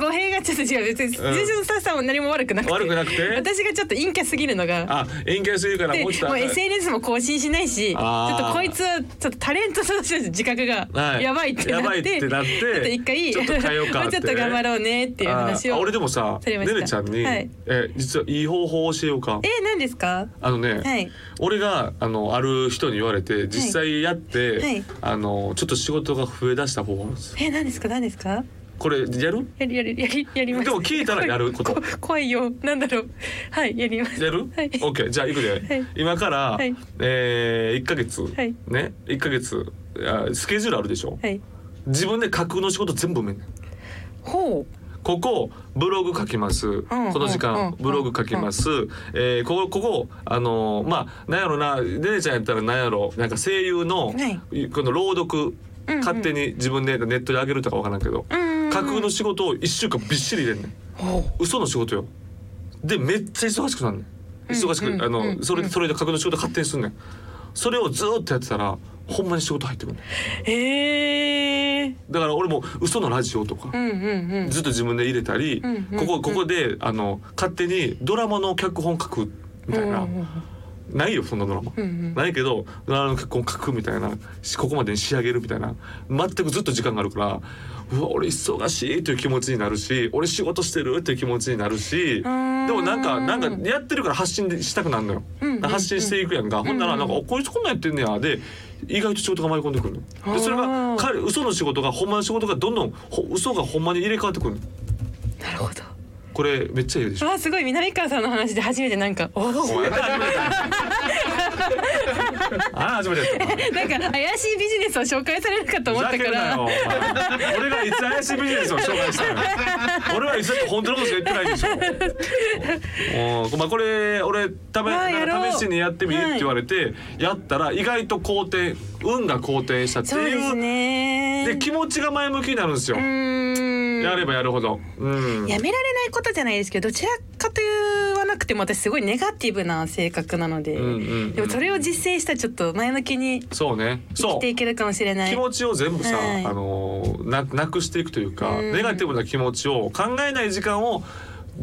Speaker 1: れは語弊がちょっと違う別に事務所のスタッフさんも何も悪くなくて
Speaker 2: 悪くなくて。
Speaker 1: 私がちょっと陰キャすぎるのが
Speaker 2: あ、遠距するから
Speaker 1: で
Speaker 2: もうちょっ
Speaker 1: もう
Speaker 2: と。
Speaker 1: SNS も更新しないしちょ
Speaker 2: あー
Speaker 1: っとこいつはちょっとタレントとしての自覚
Speaker 2: は
Speaker 1: が
Speaker 2: い
Speaker 1: やばいってな
Speaker 2: やばい
Speaker 1: っ,、
Speaker 2: っててなって
Speaker 1: ちょっと一回
Speaker 2: ちょっと変えようか
Speaker 1: も
Speaker 2: っ
Speaker 1: う
Speaker 2: て
Speaker 1: ちょっと頑張ろうねっていう話
Speaker 2: あ
Speaker 1: を
Speaker 2: 俺でもさ、
Speaker 1: され
Speaker 2: ね
Speaker 1: ました
Speaker 2: るちゃんに、
Speaker 1: はい
Speaker 2: え実はいい方法を教えようか
Speaker 1: え。何ですか
Speaker 2: あのね、
Speaker 1: はい
Speaker 2: 俺があのある人に言われて実際やって、
Speaker 1: はい
Speaker 2: あのちょっと仕事が増え出した方法なんですよ。
Speaker 1: え何ですか何ですか
Speaker 2: これやる？
Speaker 1: やりやりやりやります
Speaker 2: でも聞いたらやること
Speaker 1: こ怖いよなんだろうはいやります
Speaker 2: やる、
Speaker 1: はい
Speaker 2: ?OK じゃあいくで、
Speaker 1: い
Speaker 2: 今から、
Speaker 1: はい
Speaker 2: えー、1ヶ月、
Speaker 1: はい
Speaker 2: ね1ヶ月あスケジュールあるでしょ、
Speaker 1: はい
Speaker 2: 自分で架空の仕事全部埋めんねん
Speaker 1: ほ
Speaker 2: ここブログ書きます、この時
Speaker 1: うんう
Speaker 2: 間
Speaker 1: ん
Speaker 2: ブログ書きます、えーここここあのーまあなんやろなねねちゃんやったらなんやろなんか声優の、
Speaker 1: はい
Speaker 2: この朗読
Speaker 1: うんうん
Speaker 2: 勝手に自分でネットで上げるとかわからんけど、
Speaker 1: ううん
Speaker 2: 架空の仕事を1週間びっしり入れんねん
Speaker 1: ほう
Speaker 2: 嘘の仕事よでめっちゃ忙しくなんねん忙しく、
Speaker 1: うんうん
Speaker 2: あ
Speaker 1: う
Speaker 2: の
Speaker 1: ん
Speaker 2: それでそれで格の仕事勝手にすんねんそれをずーっとやってたらほんまに仕事入ってくるねん
Speaker 1: へえへえ
Speaker 2: だから俺も嘘のラジオとか、
Speaker 1: うんうんうん
Speaker 2: ずっと自分で入れたり、
Speaker 1: うんうんうん
Speaker 2: ここここであの勝手にドラマの脚本書くみたいな、
Speaker 1: うんうん
Speaker 2: ないよそんなドラマ、
Speaker 1: うんうん
Speaker 2: ないけどドラマの脚本書くみたいなしここまでに仕上げるみたいな全くずっと時間があるからうわ俺忙しいという気持ちになるし俺仕事してるという気持ちになるし。
Speaker 1: うん
Speaker 2: でもなんかなんかやってるから発信でしたくなるのよ、
Speaker 1: うんうんうん
Speaker 2: 発信していくやんか、ほんならなんか「おこいつこんなんやってんねや」で意外と仕事が舞い込んでくるのよでそれ
Speaker 1: あ
Speaker 2: が
Speaker 1: ー
Speaker 2: 彼嘘の仕事がほんまの仕事がどんどんほ嘘がほんまに入れ替わってくるの
Speaker 1: なるほど
Speaker 2: これめっちゃいいでしょ
Speaker 1: あすごい南川さんの話で初めてなんかお
Speaker 2: お前ああ始めちゃった
Speaker 1: なんか怪しいビジネスを紹介されるか (laughs) と思ったから
Speaker 2: ふざけんなよお前俺がいつ怪しいビジネスを紹介したのよ俺はいつだって本当のことしか言ってないでしょおまあこれ俺ため
Speaker 1: あーやろう
Speaker 2: 試しにやってみるって言われて、やったら意外と好転運が好転したって
Speaker 1: そうで
Speaker 2: い
Speaker 1: す
Speaker 2: う
Speaker 1: ね
Speaker 2: で気持ちが前向きになるんですよ、
Speaker 1: うーん
Speaker 2: やればやるほどうん
Speaker 1: やめられないことじゃないですけどどちらかと言わなくても私すごいネガティブな性格なので、
Speaker 2: うんうんうん
Speaker 1: でもそれを実践したらちょっと前向きに
Speaker 2: そうね
Speaker 1: 生
Speaker 2: そ
Speaker 1: き
Speaker 2: う
Speaker 1: ていけるかもしれない
Speaker 2: 気持ちを全部さ、
Speaker 1: はい
Speaker 2: あのーななくしていくというか、
Speaker 1: うん
Speaker 2: ネガティブな気持ちを考えない時間を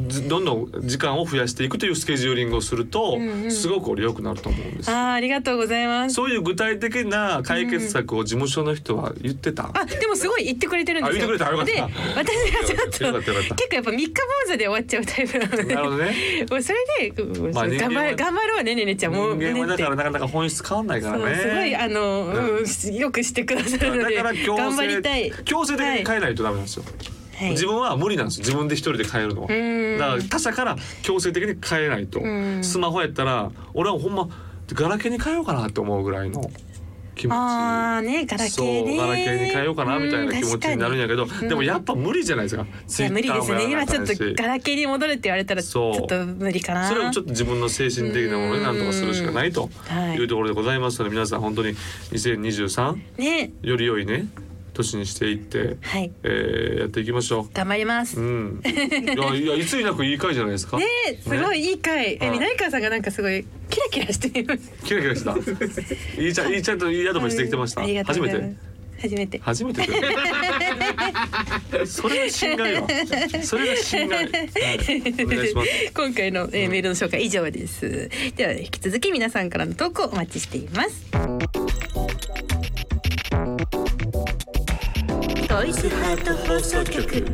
Speaker 2: ずどんどん時間を増やしていくというスケジューリングをすると、
Speaker 1: うんうん
Speaker 2: すごく俺良くなると思うんです
Speaker 1: あ。ーありがとうございます
Speaker 2: そういう具体的な解決策を事務所の人は言ってた。
Speaker 1: あでもすごい言ってくれてるんですよ
Speaker 2: あ言ってくれたよかっ
Speaker 1: で私がちょ
Speaker 2: よ
Speaker 1: っと
Speaker 2: かったよかった
Speaker 1: 結構やっぱ三日坊主で終わっちゃうタイプなので
Speaker 2: なるほどね。
Speaker 1: もうそれで、うん
Speaker 2: まあ人
Speaker 1: 頑
Speaker 2: 間
Speaker 1: 張
Speaker 2: は
Speaker 1: る頑張ろうねねねちゃん (laughs) もう
Speaker 2: 人間はだから
Speaker 1: ね
Speaker 2: なかなか本質変わんない
Speaker 1: そ
Speaker 2: か
Speaker 1: う
Speaker 2: らね。
Speaker 1: すごいあの、
Speaker 2: ん
Speaker 1: うんし (laughs) よくしてくださ
Speaker 2: だ
Speaker 1: るので
Speaker 2: から強
Speaker 1: 頑張りたい
Speaker 2: 制、強制的に変えないとダメなんですよ。
Speaker 1: はい
Speaker 2: 自分は無理なんです自分で一人で変えるのは
Speaker 1: ん
Speaker 2: だから他者から強制的に変えないと
Speaker 1: ん
Speaker 2: スマホやったら俺はほんまガラケーに変えようかなって思うぐらいの気持ち
Speaker 1: ああねガラケ
Speaker 2: そう
Speaker 1: ーね
Speaker 2: ガラケーに変えようかなみたいな気持ちになるんやけど
Speaker 1: に
Speaker 2: でもやっぱ無理じゃないですか
Speaker 1: いや無理ですね今ちょっとガ
Speaker 2: ラ
Speaker 1: ラケーに戻るって言われたらち
Speaker 2: そう
Speaker 1: ょっと無理かな
Speaker 2: それをちょっと自分の精神的なものに何とかするしかないと
Speaker 1: はい
Speaker 2: いうところでございますので皆さん本当に2023
Speaker 1: ね
Speaker 2: より良いね年にしていって、
Speaker 1: はい
Speaker 2: えーやっていきましょう。
Speaker 1: 頑張ります、
Speaker 2: うん、いやいやいつになくいい回じゃないですか。
Speaker 1: ねすごいいい回、え
Speaker 2: はい
Speaker 1: 南川さんがなんかすごいキラキラしています
Speaker 2: キラキラした。いいちゃんいいちゃんといいアドバイスできてました。
Speaker 1: ありがとう
Speaker 2: 初
Speaker 1: ご
Speaker 2: め
Speaker 1: ざいま
Speaker 2: て
Speaker 1: す。初めて
Speaker 2: 初めて
Speaker 3: (laughs)
Speaker 2: だよそれが信頼よ。それが信頼。はい、お願いします。
Speaker 1: 今回の、えーメールの紹介以上です。では引き続き皆さんからの投稿お待ちしています。
Speaker 3: トイズハート放送局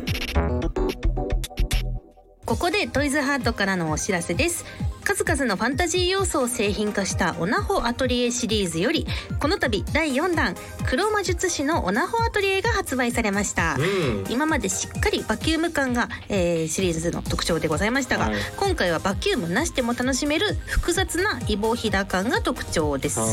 Speaker 3: ここでトイズハートからのお知らせです数々のファンタジー要素を製品化したオナホアトリエシリーズよりこの度第4弾黒魔術師のオナホアトリエが発売されました、
Speaker 2: うん。
Speaker 3: 今までしっかりバキューム感が、えーシリーズの特徴でございましたが、
Speaker 2: はい
Speaker 3: 今回はバキュームなしでも楽しめる複雑なイボヒダ感が特徴です、
Speaker 2: は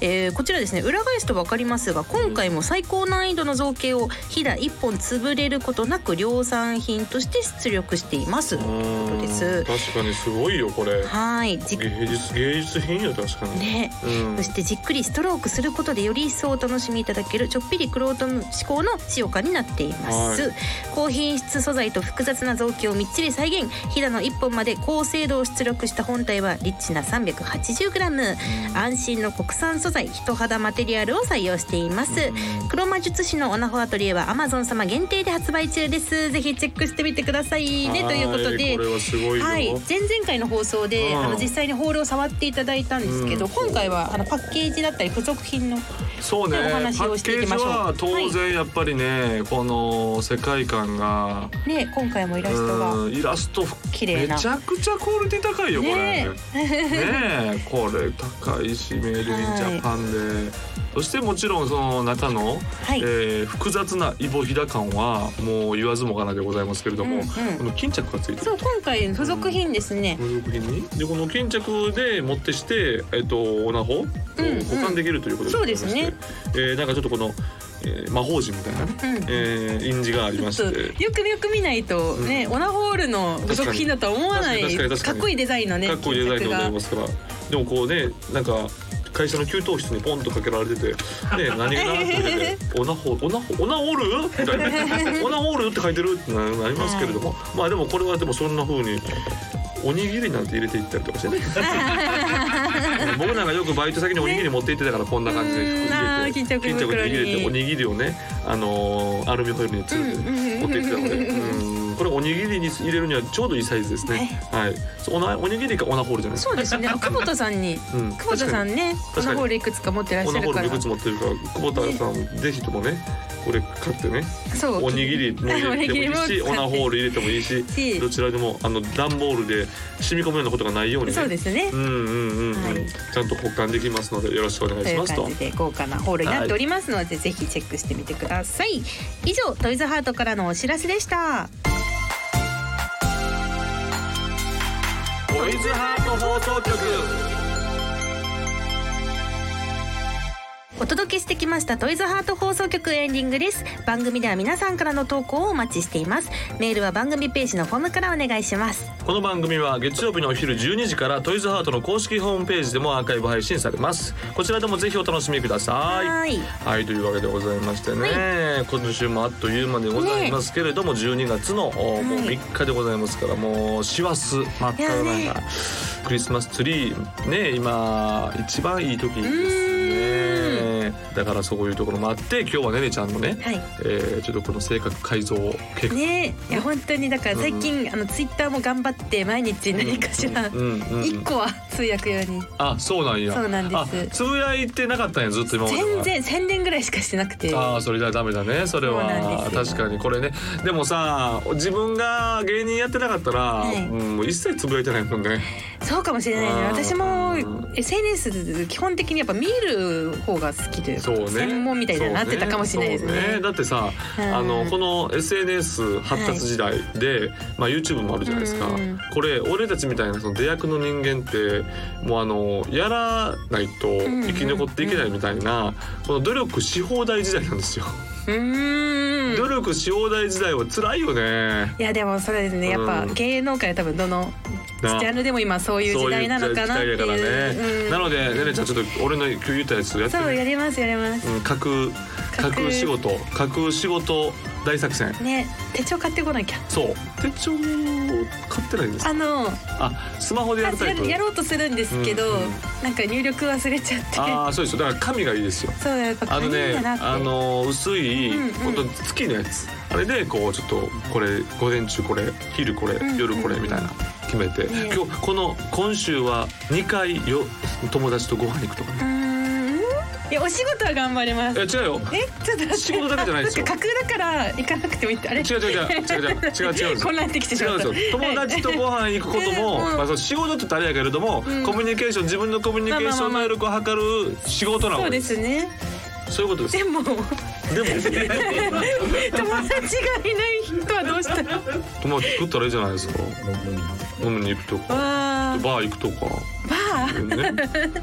Speaker 3: えーこちらですね裏返すと分かりますが今回も最高難易度の造形をヒダ1本潰れることなく量産品として出力していますということです
Speaker 2: 確かにすごいよこれ。
Speaker 3: はいじっ
Speaker 2: 芸術芸術品よ確かに。
Speaker 3: ね
Speaker 2: うん
Speaker 3: そしてじっくりストロークすることでより一層お楽しみいただけるちょっぴりクロート思考の使用感になっています、
Speaker 2: は
Speaker 3: 高品質素材と複雑な造形をみっちり再現ひだの1本まで高精度を出力した本体はリッチな 380g 安心の国産素材人肌マテリアルを採用しています黒魔術師のオナホアトリエは Amazon 様限定で発売中ですぜひチェックしてみてくださいね
Speaker 2: は
Speaker 3: ということで
Speaker 2: これはすごいよ。
Speaker 3: はい、前々回の放送
Speaker 2: う
Speaker 3: で、
Speaker 2: ん
Speaker 3: あの実際にホールを触っていただいたんですけど、
Speaker 2: うん
Speaker 3: 今回はあのパッケージだったり付属品の
Speaker 2: そうね。
Speaker 3: お
Speaker 2: パ
Speaker 3: 話を
Speaker 2: ッ
Speaker 3: して
Speaker 2: ケー
Speaker 3: いき
Speaker 2: ジ
Speaker 3: ましょう
Speaker 2: は当然やっぱりねこの世界観が
Speaker 3: ね今回もイラストが
Speaker 2: うんイラストふ
Speaker 3: 綺麗な
Speaker 2: めちゃくちゃクオリティ高いよこれね
Speaker 3: ね
Speaker 2: えこれ高いしメールインジャパンで、そしてもちろんその中の、
Speaker 3: はい
Speaker 2: えー複雑なイボヒダ感はもう言わずもがなでございますけれども、
Speaker 3: うんうん
Speaker 2: この巾着がついてる
Speaker 3: そう今回付属品ですね
Speaker 2: こ、の作品にでこの巾着で持ってしてえっ、とオナホを
Speaker 3: うん
Speaker 2: 保管できるということでございまして、
Speaker 3: そうですね
Speaker 2: えーなんかちょっとこの、えー魔法陣みたいなね、
Speaker 3: うん
Speaker 2: えー印字がありま
Speaker 1: ちょ
Speaker 2: し
Speaker 1: っと
Speaker 2: て。
Speaker 1: よくよく見ないとね、
Speaker 2: う
Speaker 1: オナホールの付属品だとは思わない
Speaker 2: 確か
Speaker 1: か
Speaker 2: に確かに確かに
Speaker 1: っこいいデザインのね
Speaker 2: かっこいいデザインでござい
Speaker 1: 金
Speaker 2: ますからでもこうねなんか会社の給湯室にポンとかけられてて、ね、 (laughs) 何がなって思ってて「オナホオナホオナオール?」みた (laughs) いな「オナオール?」って書いてるってななりますけれども、まあでもこれはでもそんな風におにぎりなんて入れていったりとかして (laughs) ね僕なんかよくバイト先におにぎり持って行ってたからこんな感じで
Speaker 1: うんあー
Speaker 2: 入れて
Speaker 1: 巾着
Speaker 2: 巾着
Speaker 1: 袋
Speaker 2: に
Speaker 1: に
Speaker 2: 入れておにぎりをね、あのーアルミホイルについて
Speaker 1: うん
Speaker 2: 持って行ってたので、うんこれおにぎりに入れるにはちょうどいいサイズですね、はいそうおなおにぎりかオナホールじゃないですか
Speaker 1: そうです
Speaker 2: (laughs)
Speaker 1: ね。久保田さんに。
Speaker 2: うん
Speaker 1: 久保田さんね、こ
Speaker 2: 確
Speaker 1: の
Speaker 2: かに
Speaker 1: ホールいくつか持ってらっ
Speaker 2: オ
Speaker 1: しゃ
Speaker 2: ナホ
Speaker 1: る
Speaker 2: ー
Speaker 1: か
Speaker 2: ルい
Speaker 1: ら
Speaker 2: く。つ持ってるから久保田さんぜひともねこれ買ってね
Speaker 1: そう。
Speaker 2: おにぎりも入れてもいい
Speaker 1: (laughs)
Speaker 2: し
Speaker 1: おにぎりも使って
Speaker 2: オナホール入れてもいいし
Speaker 1: し
Speaker 2: どちらでもあの段ボールで染み込むようなことがないようにね
Speaker 1: そうですね
Speaker 2: う。んうんうんうん、
Speaker 1: はい
Speaker 2: ちゃんと保管できますのでよろしくお願い
Speaker 1: と
Speaker 2: し
Speaker 1: いう
Speaker 2: ますと
Speaker 1: 感じで豪華なホールになっておりますので、ぜひチェックしてみてください。以上トイズハートからのお知らせでした。
Speaker 2: トイズハート放送局
Speaker 3: お届けしてきましたトイズハート放送局エンディングです番組では皆さんからの投稿をお待ちしていますメールは番組ページのフォームからお願いします
Speaker 2: この番組は月曜日のお昼12時からトイズハートの公式ホームページでもアーカイブ配信されますこちらでもぜひお楽しみください
Speaker 3: はい
Speaker 2: はいというわけでございましてね、今週もあっという間でございますけれども、12月のおもう
Speaker 3: はい
Speaker 2: 3日でございますからもう師走真っ只
Speaker 3: いや
Speaker 2: 中クリスマスツリーね今一番いい時ですねだからそういうところもあって今日はねねちゃんのね、
Speaker 3: はい
Speaker 2: えーちょっとこの性格改造計画
Speaker 1: ねえ、いや本当にだから
Speaker 2: うん
Speaker 1: 最近、あのツイッターも頑張って毎日何かしら
Speaker 2: うんうんうん
Speaker 1: 一個は通訳用に
Speaker 2: あそうなんや
Speaker 1: そうなんです
Speaker 2: あつぶやいてなかったんやずっと今までは
Speaker 1: 全然宣伝ぐらいしかしてなくて。
Speaker 2: ああそれじゃダメだねそれ
Speaker 1: そうなん
Speaker 2: は
Speaker 1: ですよ
Speaker 2: 確かにこれねでもさ自分が芸人やってなかったら、
Speaker 1: い
Speaker 2: うんもう一切つぶやいてないもんね
Speaker 1: そうかもしれないね。私も
Speaker 2: うん
Speaker 1: SNS 基本的にやっぱ見る方が好きというか
Speaker 2: そうね
Speaker 1: 専門みたいになってたかもしれないですね。
Speaker 2: そうだってさ、
Speaker 1: うん
Speaker 2: あのこの SNS 発達時代で、まあ YouTube もあるじゃないですか、
Speaker 1: うん
Speaker 2: これ俺たちみたいなその出役の人間ってもうあのやらないと生き残っていけないみたいな、この努力し放題時代なんですよ、
Speaker 1: うーん
Speaker 2: 努力し放題時代は辛いよね
Speaker 1: いやでもそれですねやっぱ
Speaker 2: うん
Speaker 1: 芸能界は多分どのジ
Speaker 2: な
Speaker 1: ャンルでも今そういう時代なのかなっていう
Speaker 2: そういう時代だからね、
Speaker 1: うん
Speaker 2: なのでねねちゃんちょっと俺の今日言ったやつやって
Speaker 1: そうや
Speaker 2: み
Speaker 1: りますやります
Speaker 2: うん架空架
Speaker 1: 架空
Speaker 2: 空仕事架空仕事大作戦
Speaker 1: ね手帳買ってこなきゃ
Speaker 2: そう手帳を買ってないんです
Speaker 1: あの
Speaker 2: あスマホでやるタイプ
Speaker 1: やろうとするんですけど、
Speaker 2: うんうん
Speaker 1: なんか入力忘れちゃって
Speaker 2: ああそうですよだから紙がいいですよ
Speaker 1: そうやっぱ
Speaker 2: あの
Speaker 1: 紙
Speaker 2: ね
Speaker 1: だなって
Speaker 2: あの薄い
Speaker 1: うんうん
Speaker 2: ほんと月のやつあれでこうちょっとこれ午前中これ昼これ
Speaker 1: んうん
Speaker 2: 夜これみたいな決めて
Speaker 1: ね
Speaker 2: 今日この今週は2回よ友達とご飯行くとか
Speaker 1: う
Speaker 2: ね
Speaker 1: ーんいやお仕事は頑張りま
Speaker 2: い
Speaker 1: す
Speaker 2: や違うよ
Speaker 1: えちょっと待って
Speaker 2: 仕事だけじゃないですよ
Speaker 1: だって架空だから行かなくてもいいってあれ
Speaker 2: 違う違う違う違う違う違う違うんですよ
Speaker 1: 混乱してきてし
Speaker 2: 違
Speaker 1: ま
Speaker 2: う
Speaker 1: っ
Speaker 2: ん
Speaker 1: た
Speaker 2: ですよ友達とご飯行くことも、
Speaker 1: はいうん
Speaker 2: まあ、その仕事って言ったらあれやけれども、
Speaker 1: うん
Speaker 2: コミュニケーション自分のコミュニケーション能力を測る仕事な
Speaker 1: そ
Speaker 2: の
Speaker 1: うですね
Speaker 2: そういうことです
Speaker 1: で
Speaker 2: (laughs)
Speaker 1: も友
Speaker 2: でも
Speaker 1: 達がいない人はどうしたら
Speaker 2: (laughs)
Speaker 1: わ
Speaker 2: 友達作ったらいいじゃないですか飲みに行くとかバ
Speaker 1: あ
Speaker 2: ー行くとか、
Speaker 1: バー
Speaker 2: ね、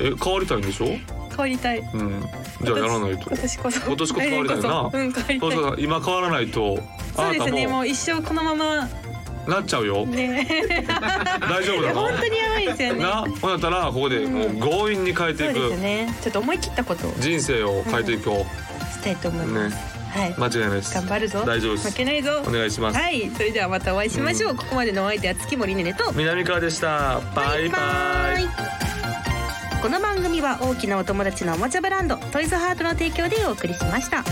Speaker 2: え変わりたいんでしょ、
Speaker 1: 変わりたい
Speaker 2: うん、じゃあやらないと
Speaker 1: 今年こそ
Speaker 2: 今年こそ変わりたい
Speaker 1: 来
Speaker 2: な
Speaker 1: 年こそ (laughs) うん変
Speaker 2: そう
Speaker 1: わり
Speaker 2: そ
Speaker 1: たいう
Speaker 2: 今変わらないと
Speaker 1: そ
Speaker 2: あ
Speaker 1: うで
Speaker 2: なた
Speaker 1: すねも
Speaker 2: も
Speaker 1: う一生このまま
Speaker 2: なっちゃうよ
Speaker 1: ね
Speaker 2: 大丈夫
Speaker 1: い
Speaker 2: だ
Speaker 1: や
Speaker 2: の
Speaker 1: 本当にやばいですよね
Speaker 2: なほんだったらここでもう強引に変えて
Speaker 1: そう
Speaker 2: い
Speaker 1: で
Speaker 2: く
Speaker 1: すねちょっと思い切ったことを
Speaker 2: 人生を変えていこ
Speaker 1: したいと思
Speaker 2: う
Speaker 1: い
Speaker 2: ね
Speaker 1: ます、はい
Speaker 2: 間違いないです
Speaker 1: 頑張るぞ
Speaker 2: 大丈夫です
Speaker 1: 負けないぞ
Speaker 2: お願いします
Speaker 1: はいそれではまたお会いしましょう、ここまでのお相手は月森ねねと
Speaker 2: 南川でしたバイバイ
Speaker 3: この番組は大きなお友達のおもちゃブランドトイズハートの提供でお送りしました